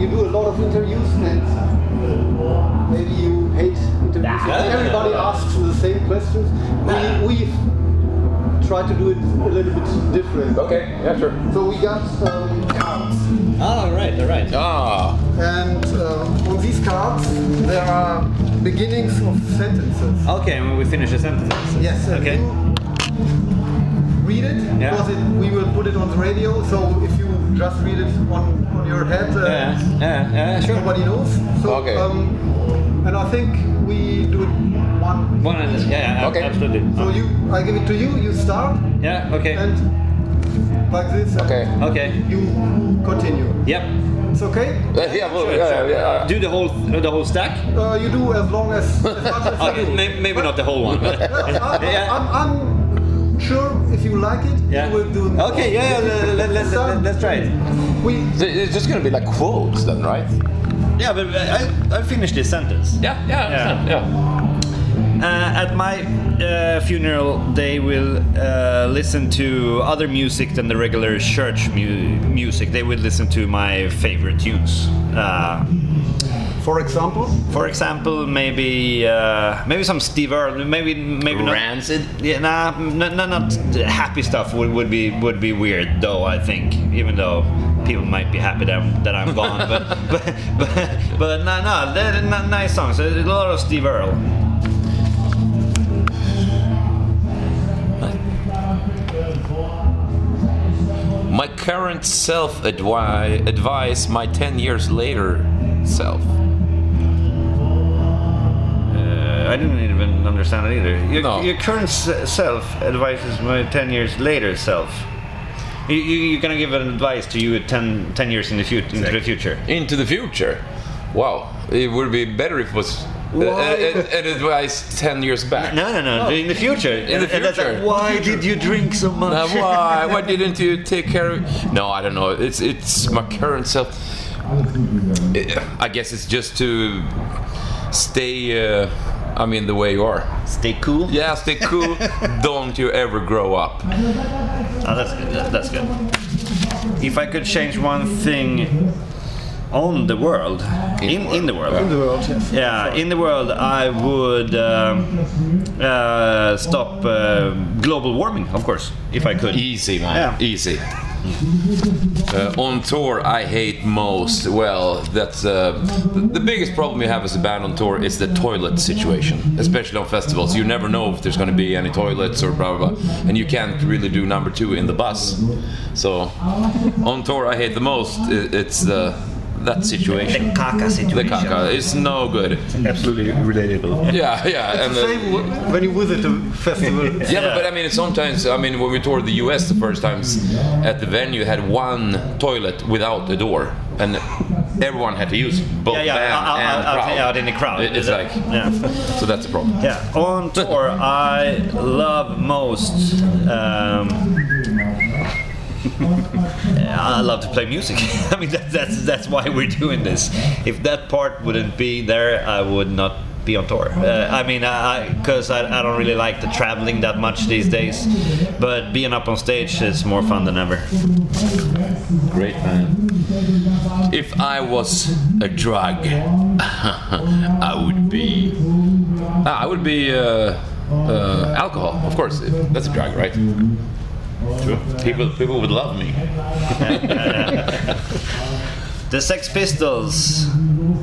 you do a lot of interviews and maybe you hate interviews. Nah. and Everybody asks the same questions. Nah. We, we try to do it a little bit different. Okay, yeah, sure. So we got um, cards. All right, all right. Ah, And uh, on these cards, there are beginnings of sentences. Okay, when we finish the sentence. Yes, and Okay. you read it Yeah. because it, we will put it on the radio. So if you just read it on, on your head, uh, Yeah, yeah, yeah, sure. nobody knows. So, Okay. um, and I think we do it one. One and yeah, yeah, Okay. absolutely. So you, I give it to you. You start Yeah, okay. and like this. and okay. Okay. You continue. Yep. It's okay. Uh, yeah, well, Sure, yeah, sure. yeah, yeah. Do the whole the whole stack? Uh, you do as long as. as much as Okay, may- maybe not the whole one. but- I, yeah. am I'm sure if you like it, Yeah. you will do. Okay, yeah, yeah, let, let, let, let's try it. We So It's just gonna be like quotes then, right? Yeah, but I, I finished this sentence. Yeah, yeah, I understand, yeah. Uh, at my uh, funeral, they will uh, listen to other music than the regular church mu- music. They will listen to my favorite tunes. Uh, For example, for example, maybe uh, maybe some Steve Earle, maybe maybe not. Rancid? Yeah, nah, no, no, not happy stuff would, would be would be weird though. I think even though people might be happy that I'm, that I'm gone, but but but, but no, no, they're n- nice songs. A lot of Steve Earle. My current self advi- advise my 10 years later self. Uh, I didn't even understand it either. Your, No. your current s- self advises my 10 years later self. You, you, you're gonna give an advice to you at 10, 10 years in the fut- into the future. Into the future. Wow, it would be better if it was uh, uh, an, an advice 10 years back. No, no, no, in the future. In the And that's like, future. Why did you drink so much? Now, Uh, why? Why didn't you take care of? No, I don't know. It's it's my current self. I guess it's just to stay. Uh, I mean, the way you are. Stay cool. Yeah, stay cool. don't you ever grow up? Oh, that's good. that- That's good. If I could change one thing on the world, in, in, the world, in the world, yes. Yeah, in the world, I would um, uh, stop uh, global warming, of course, if I could. Easy, man. Yeah. Easy. Uh, on tour, I hate most. Well, that's uh, the biggest problem you have as a band on tour is the toilet situation, especially on festivals. You never know if there's going to be any toilets or blah blah, blah, and you can't really do number two in the bus. So, on tour, I hate the most. i- It's uh, that situation. caca The situation. caca is no good. Absolutely relatable. Yeah, yeah. And, uh, same w- when you visit a festival. Yeah, but- but I mean, sometimes I mean, when we toured the U.S. the first times, at the venue had one toilet without a door, and everyone had to use it, both Yeah, yeah, band out, and out- Oh, crowd. out in the crowd. It- it's like Yeah. so that's a problem. Yeah, on tour, I love most. Um, I love to play music. I mean, that, that's that's why we're doing this. If that part wouldn't be there, I would not be on tour. Uh, I mean, I because I, I, don't really like the traveling that much these days, but being up on stage is more fun than ever. Great man. If I was a drug, I would be. Ah, I would be. Uh, uh, alcohol, of course, that's a drug, right? True. People, people would love me. The Sex Pistols.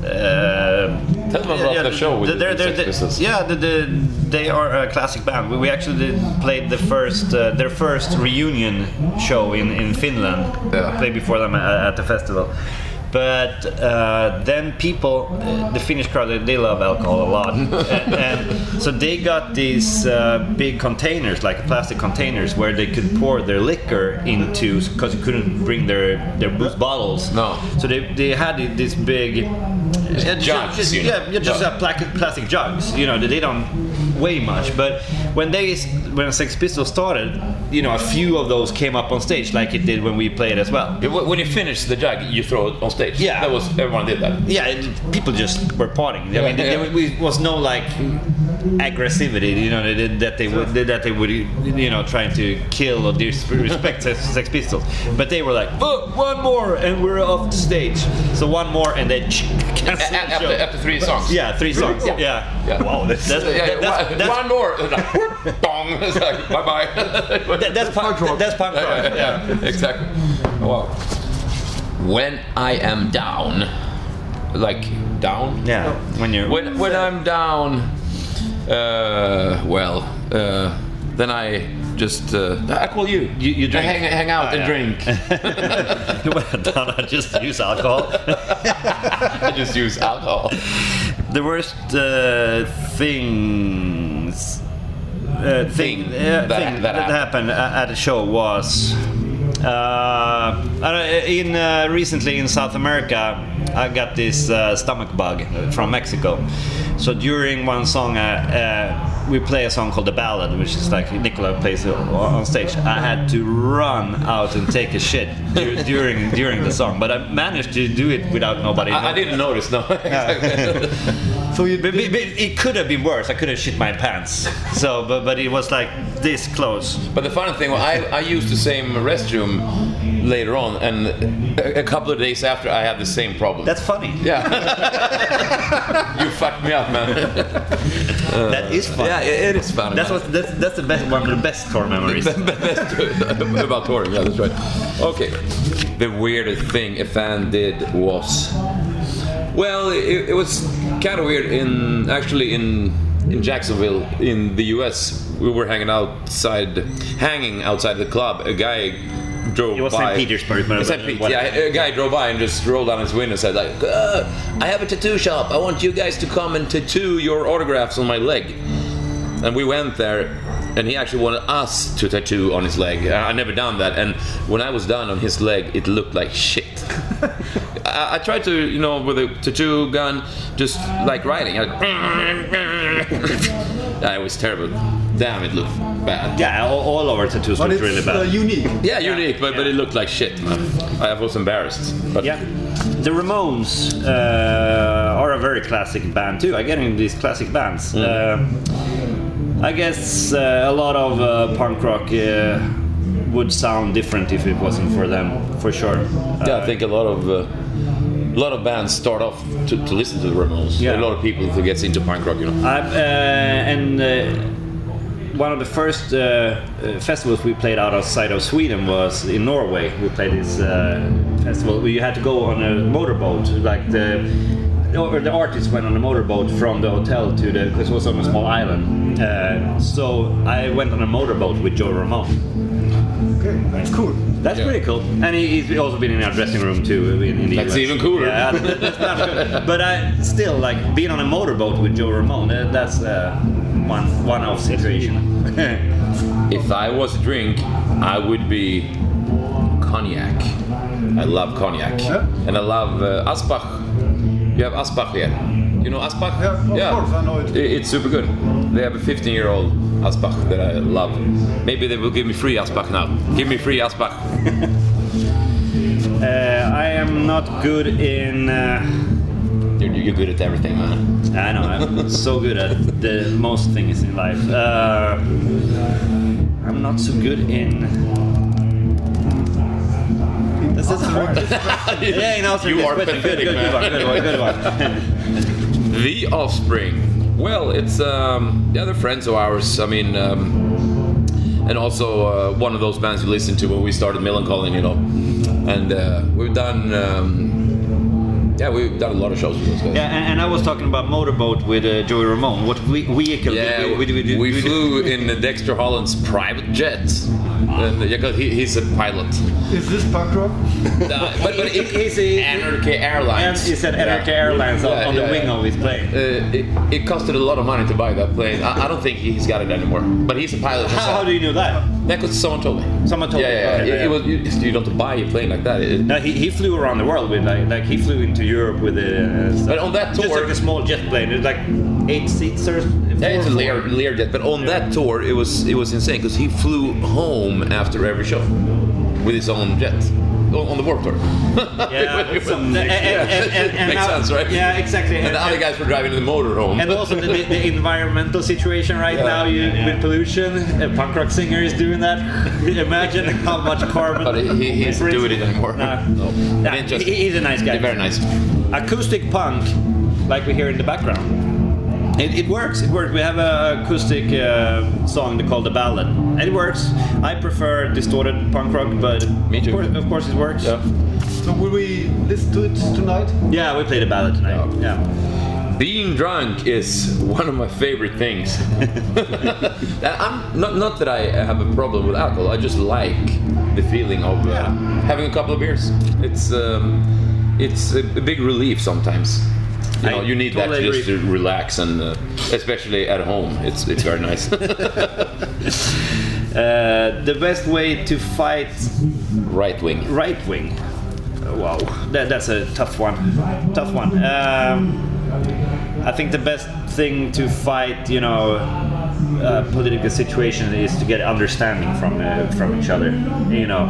Uh, Tell them about the show with they're- the they're- Sex Pistols. Yeah, the, the, they are a classic band. We, we actually did, played the first uh, their first reunion show in, in Finland. Yeah. Played before them at, at the festival. But uh, then people, uh, the Finnish crowd, they, they love alcohol a lot, and, and so they got these uh, big containers, like plastic containers, where they could pour their liquor into, because you couldn't bring their their booze bottles. No. So they, they had this big yeah, ju- Jugs, just- you know. yeah, yeah, just Jug. uh, plac- plastic jugs. You know, they- they don't way much. But when they when Sex Pistols started, you know, a few of those came up on stage like it did when we played as well. Yeah, wh- When you finish the jug, you throw it on stage. Yeah. that was everyone did that. Yeah, it, people just were partying. I mean, Yeah, there, yeah. we- was no like aggressivity, you know, that, that they would that they would you know trying to kill or disrespect Sex Sex Pistols. But they were like, oh, one more, and we're off the stage. So one more, and then cancel A- a- the after, show. after three songs. Yeah, three songs. Yeah. cool. Yeah. Wow, that's that's, Yeah, yeah, that's, one, that's, one more. It's like, whoop, dong. It's like bye bye. that- that's punk rock. That's punk rock. Yeah. exactly. Oh, Wow. When I am down, like down. Yeah. When you When when I'm down, uh, well, uh, then I just uh, I call you. You- you drink. I hang, hang out Oh, and yeah. drink. Donna just use alcohol. I just use alcohol. the worst uh, things uh, thing, Thing uh, that- thing that that, happened a- at a show was uh, I don't- in uh, recently in South America I got this uh, stomach bug from Mexico. So during one song, uh, uh, we play a song called "The Ballad," which is like Nicola plays it on on stage. I had to run out and take a shit dur- during during the song, but I managed to do it without nobody. I, I noticing. didn't notice. No. So you But, but- but it could have been worse. I could have shit my pants. So, but but it was like this close. But the funny thing, was I, I used the same restroom later on, and a, a couple of days after, I had the same problem. That's funny. yeah. you fucked me up, man. that is funny. Yeah, it, it is funny. That's man. what that's, that's the best one of the best tour memories. That's good. about touring. Yeah, that's right. Okay. The weirdest thing a fan did was, well, it, it was kind of weird. In actually in in Jacksonville, in the U.S., we were hanging outside, hanging outside the club. A guy drove It was St. by. Petersburg, but- St. Pete, whatever. yeah, a guy drove by and just rolled down his window and said like, "Uh, "I have a tattoo shop. I want you guys to come and tattoo your autographs on my leg." And we went there, and he actually wanted us to tattoo on his leg. I I never done that, and when I was done on his leg, it looked like shit. I, I tried to, you know, with a tattoo gun, just like writing. Like, yeah, it was terrible. Damn, it looked bad. Yeah, all, all our tattoos But look it's really uh, bad. unique. Yeah, unique, but, but it looked like shit. Man. I was embarrassed. But yeah, the Ramones uh, are a very classic band too. I get into these classic bands. Uh, I guess uh, a lot of uh, punk rock uh, would sound different if it wasn't for them, for sure. Yeah, I think a lot of uh, a lot of bands start off to, to listen to the Ramones. Yeah. A lot of people who gets into punk rock, you know. i uh, and uh, one of the first uh, uh, festivals we played out outside of Sweden was in Norway. We played this uh, festival where you had to go on a motorboat, like the or the artists went on a motorboat from the hotel to the because it was on a small island. Uh, so I went on a motorboat with Joe Ramone. Okay, that's cool. That's Yeah. pretty cool, and he, he's also been in our dressing room too. uh, In, in the That's US. even cooler. Yeah, that's not good. But I still like being on a motorboat with Joe Ramone. That, that's uh, one one-off situation. Uh, If I was a drink, I would be cognac. I love cognac, Yeah. and I love uh, Asbach. You have Asbach here. You know Asbach? Yeah, of course, I know it. I- It's super good. They have a 15-year-old Asbach that I love. Maybe they will give me free Asbach now. Give me free Asbach. uh, I am not good in. Uh, Dude, you're good at everything, man. I know I'm so good at the most things in life. Uh, I'm not so good in. This is hard. yeah, in answer to You this are question. Good, pathetic, good, good man. one, good one, good one. The Offspring. Well, it's um, the other friends of ours. I mean, um, and also uh, one of those bands we listened to when we started Melancholy, you know. And uh, we've done, um, yeah, we've done a lot of shows with those guys. Yeah, and, and I was talking about motorboat with uh, Joey Ramone. What we, vehicle Yeah, did we, we, we, we we- flew in Dexter Holland's private jet. And, yeah, 'cause he, he's a pilot. Is this punk rock? Uh, but but it, He's a- Anarchy And Airlines. he said Yeah. NRK Airlines on, Yeah, on the yeah, wing yeah. of his plane. Uh, it, it costed a lot of money to buy that plane. I, I don't think he's got it anymore. But he's a pilot. How, how do you know that? Because someone told me. Someone told yeah, you. Yeah, yeah. Okay, It- yeah, it was- you, you don't buy a plane like that. It- No, he, he flew around the world with like, like he flew into Europe with it. And stuff. But on that just tour- like a small jet plane, it's like eight seats or. Yeah, it's a four- Lear, Learjet, but on that tour it was it was insane because he flew home after every show with his own jet on, on the Warped Tour. Yeah, it's some- and- and- and- and- and makes now- sense, right? Yeah, exactly. And the other guys were driving in the motorhome. And also the, the, the environmental situation right now you, with pollution. A punk rock singer is doing that. Imagine how much carbon. but he, he, he doesn't do it anymore. No. no. Yeah, They just- he- he's a nice guy. they're very nice. Acoustic punk, like we hear in the background. It, it works. It works. We have a acoustic uh, song called "The Ballad." and It works. I prefer distorted punk rock, but Me too. Of, course, of course it works. Yeah. So will we listen to it tonight? Yeah, we played a ballad tonight. Yeah. Being drunk is one of my favorite things. And I'm not not that I have a problem with alcohol. I just like the feeling of uh, having a couple of beers. It's um, it's a, a big relief sometimes. You I know, you need that totally just to relax and uh, especially at home. It's it's very nice. Uh, the best way to fight right wing. right wing. Uh, Wow, that, that's a tough one. Tough one. Um, I think the best thing to fight, you know, uh, political situation is to get understanding from uh, from each other. You know,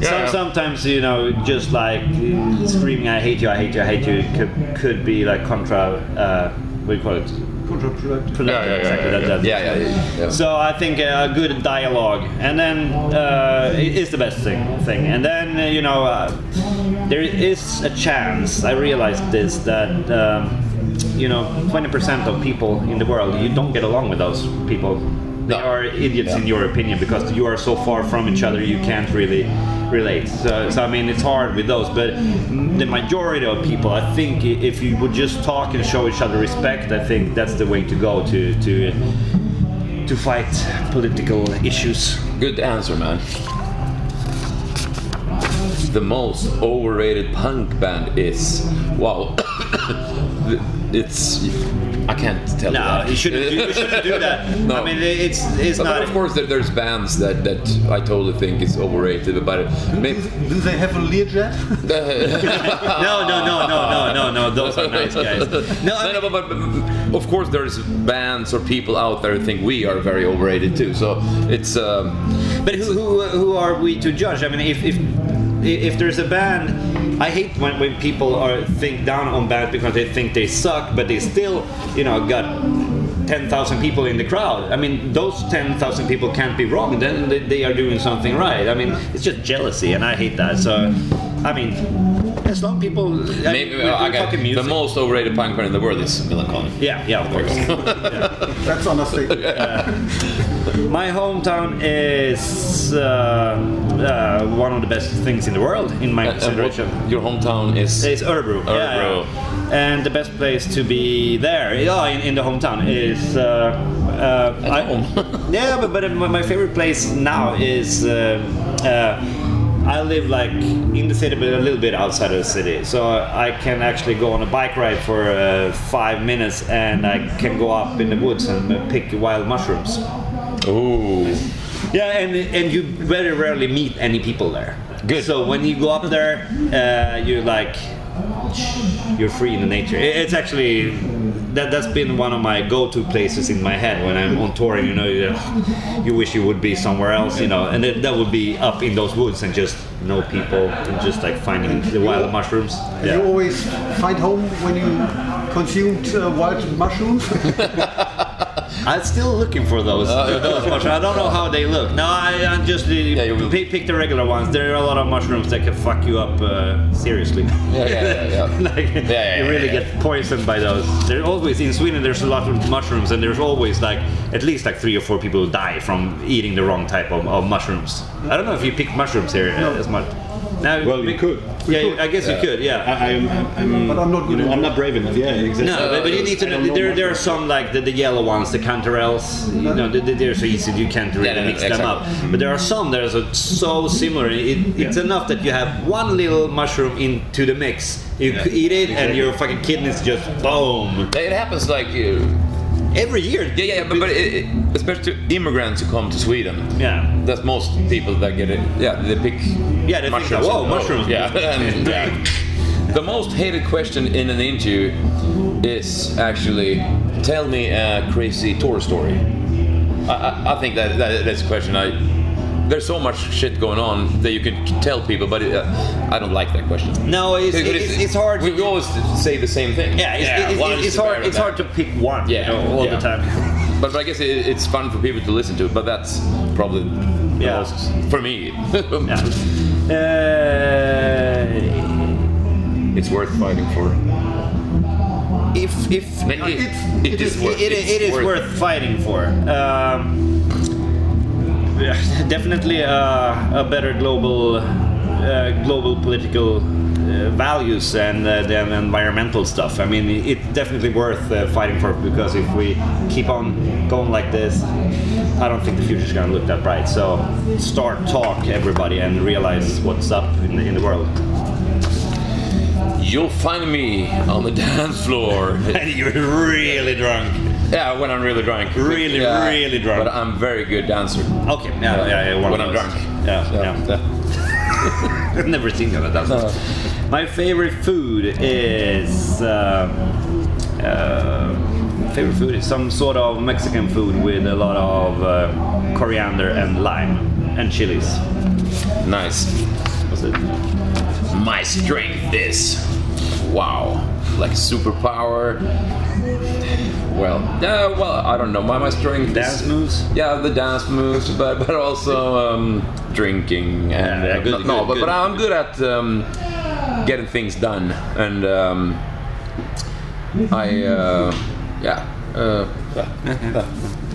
Yeah. Some, sometimes you know just like uh, screaming "I hate you, I hate you, I hate you" could, could be like contra. Uh, what do you call it? Contraproductive. Yeah, yeah, yeah, Exactly, yeah, that- yeah. that- Yeah, yeah, yeah, yeah. So I think uh, a good dialogue, and then uh, it is the best thing. Thing, and then uh, you know, uh, there is a chance. I realized this that um, you know, twenty percent of people in the world you don't get along with those people. They No. are idiots in your opinion because you are so far from each other you can't really relate. So, so I mean, it's hard with those, but the majority of people, I think, i- if you would just talk and show each other respect, I think that's the way to go to to to fight political issues. Good answer, man. The most overrated punk band is wow. it's I can't tell. you No, that. you shouldn't do, you shouldn't do that. No. I mean, i- it's it's But not. of course, there, there's bands that, that I totally think is overrated, but maybe Do they have a Learjet? No, no, no, no, no, no, no. Those are nice guys. No, I no, no, but, but of course there's bands or people out there who think we are very overrated too. So it's um, But who, who, who are we to judge? I mean, if, if if there's a band, I hate when, when people are think down on bands because they think they suck, but they still, you know, got ten thousand people in the crowd. I mean, those ten thousand people can't be wrong. Then they, they are doing something right. I mean, it's just jealousy, and I hate that. So, I mean, as long people, I mean, maybe uh, we're, I we're got- talking the music. most overrated punk band in the world is Melancholy. yeah, yeah, of course. That's understatement. My hometown is uh, uh, one of the best things in the world, in my And Uh, what- consideration. your hometown is It's Örebro. yeah, Örebro. yeah. And the best place to be there, yeah, in, in the hometown is. Uh, uh, I- home. yeah, but, but my my favorite place now is. Uh, uh, I live like in the city, but a little bit outside of the city, so I can actually go on a bike ride for uh, five minutes, and I can go up in the woods and uh, pick wild mushrooms. Ooh. Yeah, and and you very rarely meet any people there. Good. So when you go up there, uh, you're like, you're free in the nature. I- It's actually that that's been one of my go-to places in my head when I'm on tour. You know, you, uh, you wish you would be somewhere else. You know, and that, that would be up in those woods and just no people and just like finding the wild mushrooms. You always find home when you consumed uh, wild mushrooms. I'm still looking for those. those mushrooms. I don't know how they look. No, I, I'm just the, Uh, you will- pick, pick the regular ones. There are a lot of mushrooms that can fuck you up uh, seriously. Yeah, yeah, yeah, yeah. like yeah, you yeah, really yeah. get poisoned by those. They're always in Sweden. There's a lot of mushrooms, and there's always like at least like three or four people who die from eating the wrong type of, of mushrooms. I don't know if you pick mushrooms here uh, as much. Now, Well, you could. We Yeah, could. I guess you could. Yeah. I, I'm, I'm, But I'm not good You at know, I'm it. not brave enough. Yeah, exactly. No, but, but you need to I know, don't there, much there are about some like the, the yellow ones, the cantarelles. You know, they, they- they're so easy you can't really Yeah, yeah, mix exactly. them up. But there are some that are so- so similar. It, it's enough that you have one little mushroom into the mix. You c eat it, and your fucking kidneys just boom. It happens like uh, Every year. yeah, yeah, but, but it, it- especially to immigrants who come to Sweden. yeah. That's most people that get it. Yeah, they pick. Yeah, they think, mushrooms. "Whoa, and- mushrooms." Yeah, and, yeah. The most hated question in an interview is actually, tell me a crazy tour story. I, I, I think that, that that's a question I. There's so much shit going on that you can tell people, but it, uh, I don't like that question. No, it's, Because it's, it's hard. We, to- we always say the same thing. yeah, it's, it's- one it's, is better hard. than It's that. hard to pick one. you Yeah, know, all yeah. the time. But, but I guess it, it's fun for people to listen to. But that's probably the Yeah. most for me. Uh, Yeah. It's worth fighting for. Uh, if if But it- It's- it is worth. it, it is worth, fighting for. Um, yeah, definitely uh, a better global, uh, global political uh, values and uh, than environmental stuff. I mean, it- it's definitely worth uh, fighting for because if we keep on going like this, I don't think the future's gonna look that bright. So start talk, everybody, and realize what's up in the, in the world. You'll find me on the dance floor. And you're really drunk. yeah, when I'm really drunk. Really, Yeah, really drunk. But I'm very good dancer. Okay, yeah, yeah, yeah, one when of I'm those. drunk. Yeah, yeah. I've never seen that. That's My favorite food is uh, uh, favorite food is some sort of Mexican food with a lot of uh, coriander and lime and chilies. Nice. Was it? My strength is. Wow. Like superpower. Well, uh, well, I don't know. My my strength Dance is, moves. Yeah, the dance moves, but but also um, drinking and Yeah, uh, good, good, no, but, good. but I'm good at um, getting things done, and um, I uh, yeah, uh,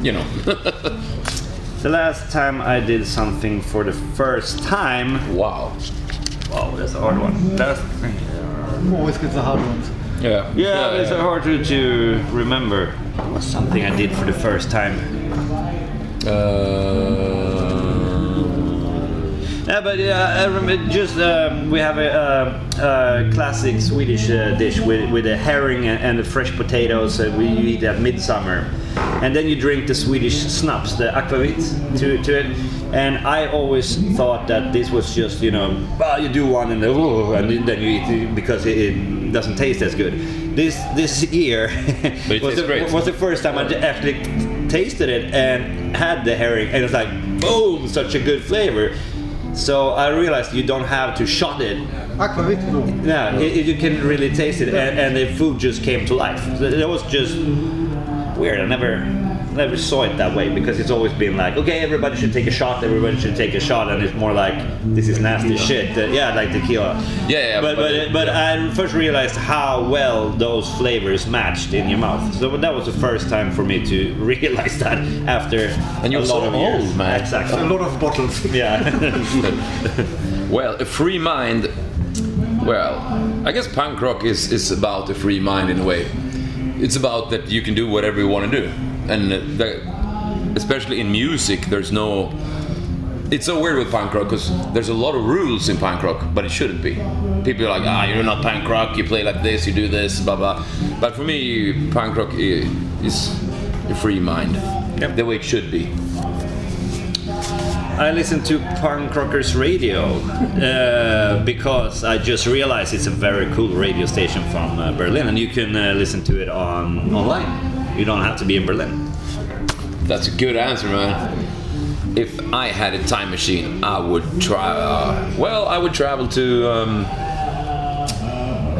you know, The last time I did something for the first time. wow, Wow, that's a hard one. That's Always gets the hard ones. yeah, yeah, it's hard to, to remember. It was something I did for the first time. Uh, Yeah, but yeah, I remember just um, we have a, uh, a classic Swedish uh, dish with, with a herring and, and the fresh potatoes. Uh, we you eat at midsummer, and then you drink the Swedish snaps, the aquavit, to, to it. And I always thought that this was just you know, well, you do one and then, "Ooh," and then you eat it because it, it doesn't taste as good. This this year But was, it tastes the, great. was the first time I actually tasted it and had the herring, and it's like, boom, such a good flavor. So I realized you don't have to shot it. Aquavit, no. Yeah, i- i- you can really taste it, and, and the food just came to life. So That was just weird. I never, never saw it that way because it's always been like, okay, everybody should take a shot. Everybody should take a shot, and it's more like this is nasty shit. Uh, yeah, like tequila. Yeah, yeah, But but, but- but, I first realized how well those flavors matched in your mouth. So that was the first time for me to realize that after And you're a lot so of years. old, man. A Exactly. lot of bottles. Uh, Yeah. Well, a free mind. Well, I guess punk rock is is about a free mind in a way. It's about that you can do whatever you want to do, and uh, that, especially in music, there's no. It's so weird with punk rock because there's a lot of rules in punk rock, but it shouldn't be. People are like, ah, you're not punk rock. You play like this, you do this, blah blah. But for me, punk rock i- is a free mind, Yep. the way it should be. I listen to punk rockers radio uh, because I just realized it's a very cool radio station from uh, Berlin, and you can uh, listen to it on online. You don't have to be in Berlin. That's a good answer, man. If I had a time machine, I would try. Uh, well, I would travel to. Um,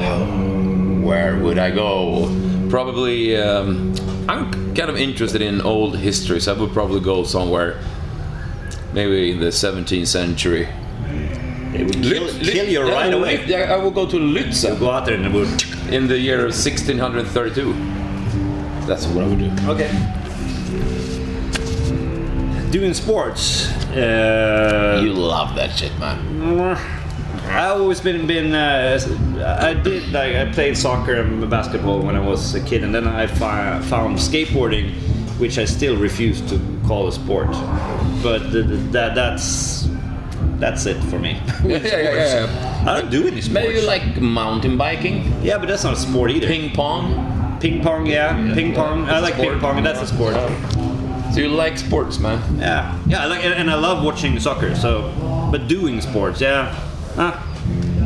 where would I go? Probably. Um, I'm kind of interested in old history, so I would probably go somewhere. Maybe in the 17th century. They would kill, Lüt- kill you yeah, right away. Lüt- Yeah, I would go to Lützen Go out there and it would. in the year of 1632. That's what I would do. Okay. Doing sports. Uh, You love that shit, man. I always been been. Uh, I did like I played soccer and basketball when I was a kid, and then I fi- found skateboarding, which I still refuse to call a sport. But th- th- that that's that's it for me. yeah, yeah, yeah, yeah. I don't do any sports. Maybe you like mountain biking, yeah, but that's not a sport either. ping pong. ping pong, yeah, ping pong. I That's a like ping sport. Oh. pong, and that's a sport. So you like sports, man? Yeah, yeah. I like and, and I love watching soccer. So, but doing sports, yeah. Ah.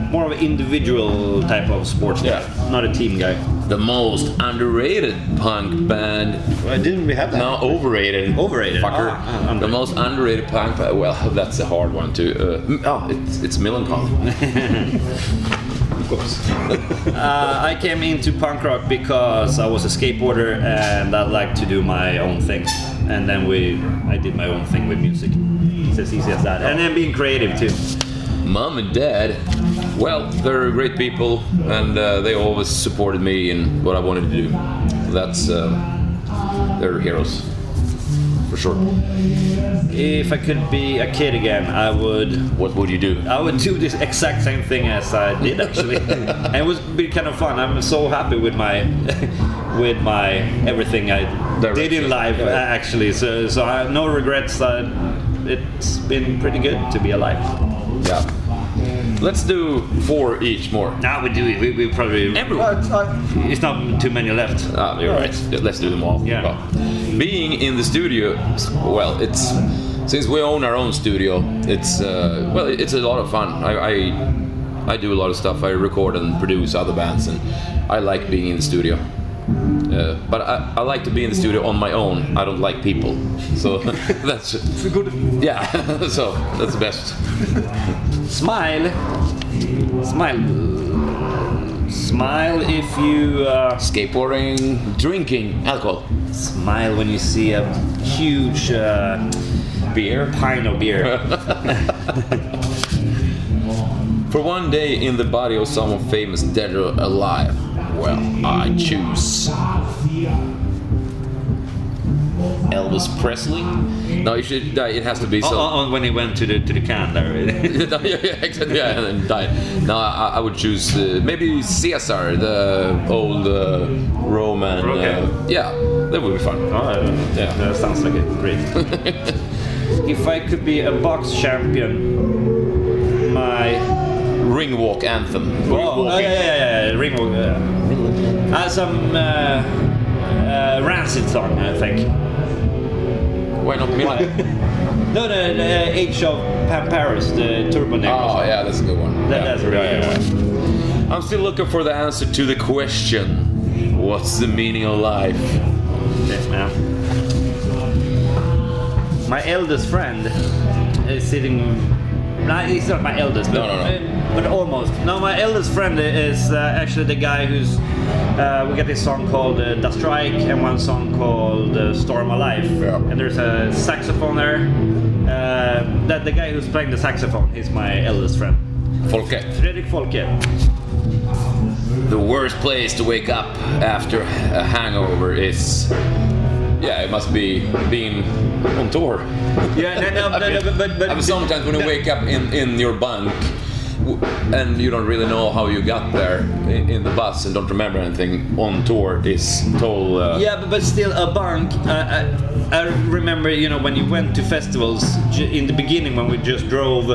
more of an individual type of sports guy, Yeah. not a team guy. The most underrated punk band. Why didn't we have that? Now overrated. Overrated. Fucker. Ah, ah, the underrated. most underrated punk band. Well, that's a hard one too. Uh, m- oh, it's, it's Millencolin. Of course. Uh, I came into punk rock because I was a skateboarder and I liked to do my own thing. And then we, I did my own thing with music. It's as easy as that. And then being creative too. Mom and Dad. Well, they're great people, and uh, they always supported me in what I wanted to do. That's um, they're heroes for sure. If I could be a kid again, I would What would you do? I would do this exact same thing as I did actually, and it was be kind of fun. I'm so happy with my with my everything I did Direction. in life Yeah. uh, actually. So so I no regrets. Uh, it's been pretty good to be alive. Yeah. Let's do four each more. Now we do it. We, we probably Uh, Everyone. it's not too many left. Ah, you're right. Yeah, Let's do them all. Yeah. Well, Being in the studio, well, it's since we own our own studio, it's uh, well, it's a lot of fun. I, I I do a lot of stuff. I record and produce other bands, and I like being in the studio. Uh, but I, I like to be in the studio on my own. I don't like people, so that's It's a good. yeah. so that's the best. Smile, smile, smile if you. Uh, Skateboarding, drinking, alcohol, smile when you see a huge uh, beer. pint of beer. For one day in the body of someone famous, dead or alive, well, I choose. Elvis Presley? No, you should die. It has to be so. Oh, oh, oh, when he went to the to the can there. yeah, yeah, exactly. Yeah, and then die. No, I, I would choose uh, maybe Caesar, the old uh, Roman. Okay. Uh, yeah, that would be fun. oh, Yeah. that sounds like a great. if I could be a box champion, my Ring walk anthem. oh, yeah, yeah, yeah, yeah, ring walk. Uh, uh, some uh, uh, rancid song, I think. Why not Milan? No, the, the Age of Pam Paris, the Turbo Negro. oh, song. yeah, that's a good one. That, Yeah. That's a really Yeah, yeah, good yeah. one. I'm still looking for the answer to the question What's the meaning of life? Yes, ma'am. My eldest friend is sitting. No, he's not my eldest. No, but, no, no. But almost. No, my eldest friend is uh, actually the guy who's. Uh, we got this song called uh, "The Strike" and one song called uh, "Storm Alive." Yeah. And there's a saxophone there. Uh, that the guy who's playing the saxophone is my eldest friend, Folke. Fredrik Folke. The worst place to wake up after a hangover is. Yeah, it must be being on tour. Yeah, no, no, I no, mean, no, but, but, but I mean, sometimes when you wake up in, in your bunk w- and you don't really know how you got there in, in the bus and don't remember anything on tour is total. Uh, Yeah, but, but still, a bank. I, I, I remember, you know, when you went to festivals j- in the beginning, when we just drove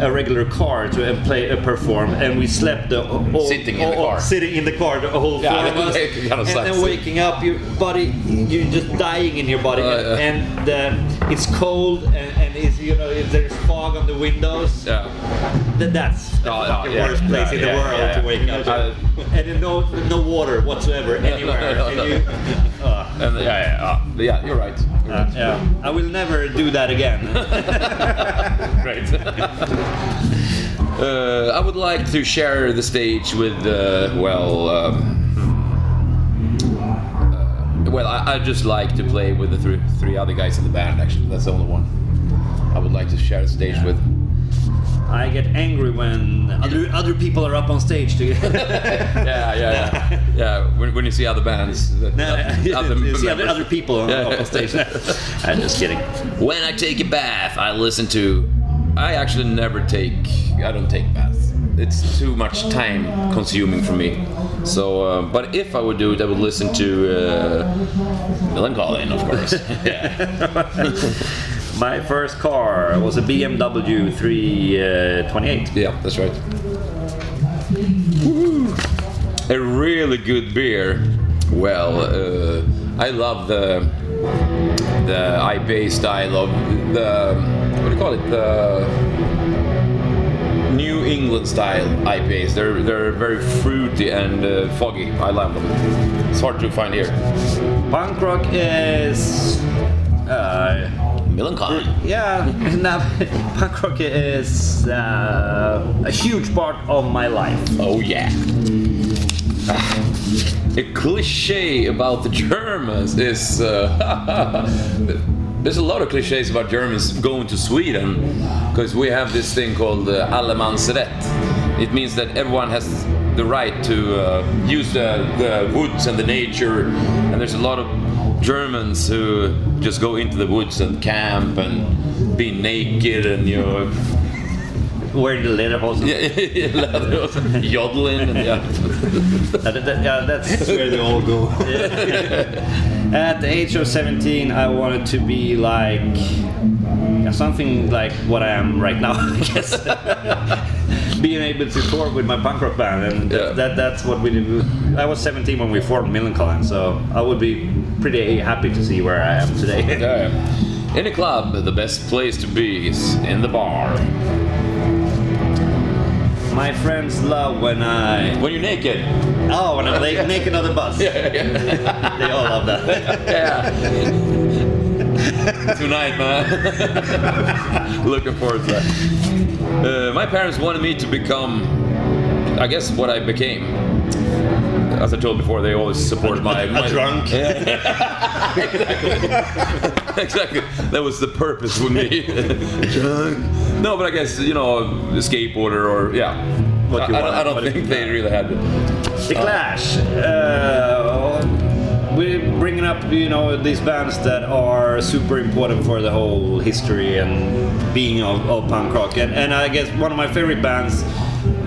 a regular car to and play a perform, and we slept the whole, Sitting in the whole- car. sitting in the car the whole Yeah, four of us, it kinda and sucks. then waking up, your body, you're just dying in your body, Uh, and, yeah. and uh, it's cold, and, and it's you know, if there's fog on the windows, Yeah. th- that's the Oh, yeah, fucking yeah, worst place yeah, in the yeah, world yeah, to wake up, Uh, and then no no water whatsoever anywhere. no, and no. you- Ugh. And, yeah, yeah, yeah. Yeah, you're right. You're Uh, yeah, I will never do that again. Great. uh, I would like to share the stage with, uh, well, um, uh, well, I, I just like to play with the three, three other guys in the band. Actually, that's the only one I would like to share the stage with. I get angry when other, other people are up on stage together. Yeah, yeah, yeah. yeah when, when you see other bands, the- No, the other you see other, members. other people are Yeah. up on stage. I'm just kidding. When I take a bath, I listen to. I actually never take. I don't take baths. It's too much time consuming for me. So, uh, but if I would do it, I would listen to uh, Millencolin, of course. yeah. My first car was a BMW 328. yeah, that's right. Woo. A really good beer. Well, uh, I love the the IPA style of the what do you call it? The New England style IPAs. They're they're very fruity and uh, foggy. I love them. It's hard to find here. Punk rock is. Uh, Millencolin. yeah, now punk rock is uh, a huge part of my life. Oh yeah. Ah, A cliche about the Germans is uh, there's a lot of cliches about Germans going to Sweden because we have this thing called uh, allemansrätt. It means that everyone has the right to uh, use the, the woods and the nature, and there's a lot of Germans who just go into the woods and camp and be naked and you know Where the leather hosen. yodeling and yeah. Uh, that- that- yeah, that's Where they all go. At the age of 17, I wanted to be like something like what I am right now, I guess. Being able to tour with my punk rock band, and th- Yeah. that, that's what we did. I was 17 when we formed Millencolin, so I would be pretty happy to see where I am today. Yeah. In a club, the best place to be is in the bar. My friends love when I. When you're naked. Oh, when I like, make another bus. They all love that. Tonight, man. Looking forward to that. Uh, my parents wanted me to become, I guess, what I became. As I told before, they always supported my, my drunk. exactly. That was the purpose for me. no, but I guess you know, a skateboarder or yeah. What you I, I wanted, don't, I don't what you- think they really had. The Clash. Uh, we're bringing up, you know, these bands that are super important for the whole history and being of, of punk rock. And, and I guess one of my favorite bands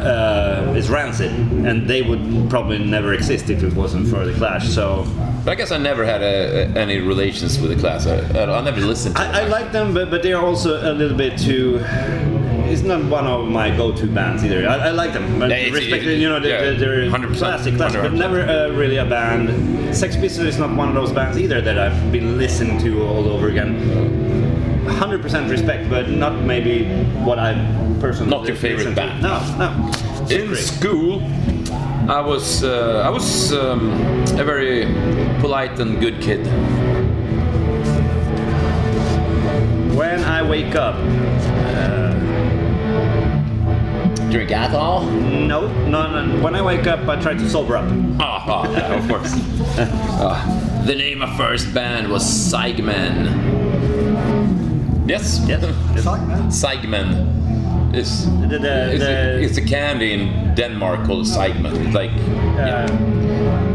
uh, is Rancid, and they would probably never exist if it wasn't for the Clash. So But I guess I never had uh any relations with the class. I, I, I never listened. to them. I, I like them, but, but they are also a little bit too. It's not one of my go-to bands either. I, I like them, but Yeah, it's- respect, it- you know, they're, yeah, they're 100%, classic, classic, but never uh, really a band. Sex Pistols is not one of those bands either that I've been listening to all over again. 100% respect, but not maybe what I personally. Not your favorite listen to. band. No, no. in school i was uh, i was um, a very polite and good kid When I wake up, drink alcohol no, no, no. When I wake up, I try to sober up. ah yeah, of course Ah, the name of first band was Sigman yes Yes. Sigman is The- the- it's, the- a, it's a candy in Denmark called Sigman like Uh,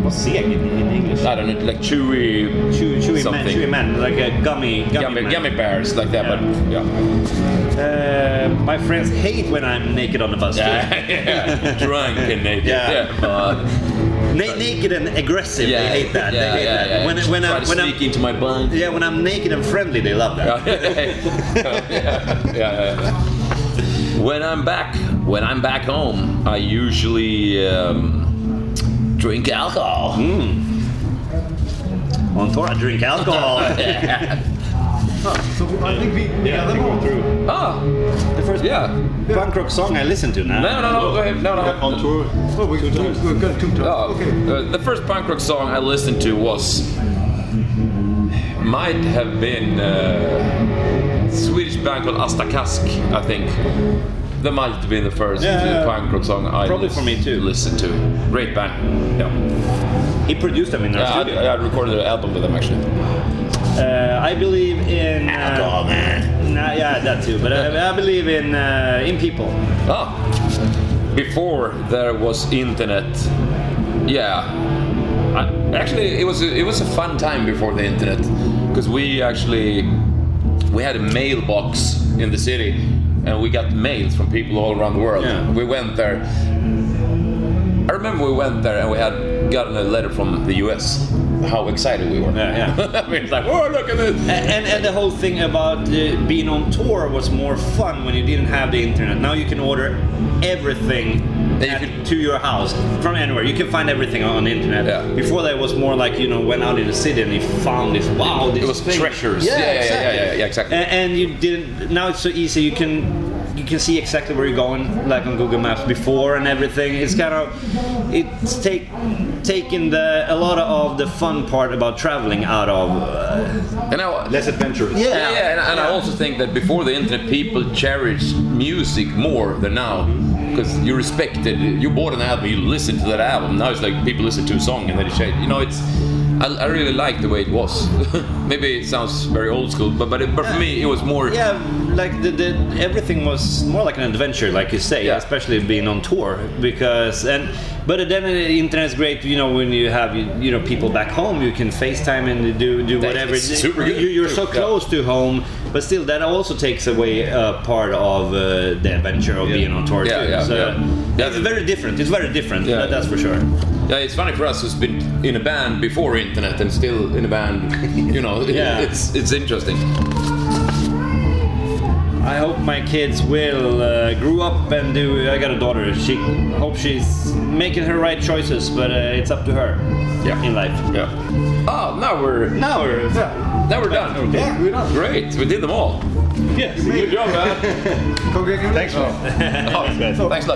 What's seg in, in English? I don't know like chewy Chewy, chewy man, Ah, Something. chewy man, like a gummy, gummy, gummy, man. gummy bears like that Yeah. but yeah Uh, my friends hate when I'm naked on the bus. Yeah, yeah. drunk and naked. Yeah. but- too. Na- naked and aggressive, yeah, they hate that. Yeah, they hate yeah, that. yeah. When, when, Try I, to when sneak I'm into my bunk. yeah, when I'm naked and friendly, they love that. yeah, yeah, yeah. When I'm back, when I'm back home, I usually um, drink alcohol. Hmm. On tour, I drink alcohol. So I think we yeah, I them think all. we're through. Ah, the first yeah. punk rock song I listen to now. No, no, no. Go ahead. No, no. On tour. Oh, we, two times. We're going two times. Oh, Okay. uh, the first punk rock song I listened to was might have been uh, Swedish band called Astakask, I think. That might have been the first Yeah, yeah, yeah. punk rock song I Probably for me lis- too. listened to. Great band. Yeah, He produced them in our yeah I, studio. I recorded an album with them actually. Uh, I believe in uh, Alcohol, man. Nah, yeah, that too. But I, I believe in uh, in people. Ah, before there was internet. Yeah, I, actually, it was a, it was a fun time before the internet because we actually we had a mailbox in the city and we got mails from people all around the world. Yeah. We went there. I remember we went there and we had gotten a letter from the U.S. How excited we were! Yeah, yeah. I mean, it's like, oh, look at this! And, and the whole thing about uh, being on tour was more fun when you didn't have the internet. Now you can order everything That you at- could- to your house from anywhere. You can find everything on the internet. Yeah. Before that was more like you know went out in the city and you found this wow this It was thing. treasures. Yeah, yeah, yeah, yeah, yeah, yeah, exactly. And, and you didn't. Now it's so easy. You can you can see exactly where you're going, like on Google Maps before and everything. It's kind of it's take taking the a lot of the fun part about traveling out of. Uh, And I, Less adventurous. Yeah. yeah, yeah, and, and I also think that before the internet, people cherished music more than now. Because you respected, you bought an album, you listened to that album. Now it's like people listen to a song and then it's You know, it's. I, I really like the way it was. Maybe it sounds very old school, but but, it, but for me it was more. yeah, like the, the everything was more like an adventure, like you say, Yeah. especially being on tour because and but then the internet's great, you know, when you have you, you know people back home, you can FaceTime and do do whatever. it's super you, good, You're so too. Yeah. close to home, but still that also takes away a part of uh, the adventure of being on tour Yeah, too. yeah, so yeah. it's very different. It's very different. Yeah. that- that's for sure. Yeah, it's funny for us who's been in a band before internet and still in a band. You know, it- Yeah. it's it's interesting. I hope my kids will uh, grow up and do. I got a daughter. She hope she's making her right choices, but uh, it's up to her Yeah. in life. Yeah. Oh, now we're Now uh, we're Yeah. now we're done. Yeah, we're done. Great, we did them all. yes. Good job, man. Congratulations. Thanks, man. Oh, thanks a lot.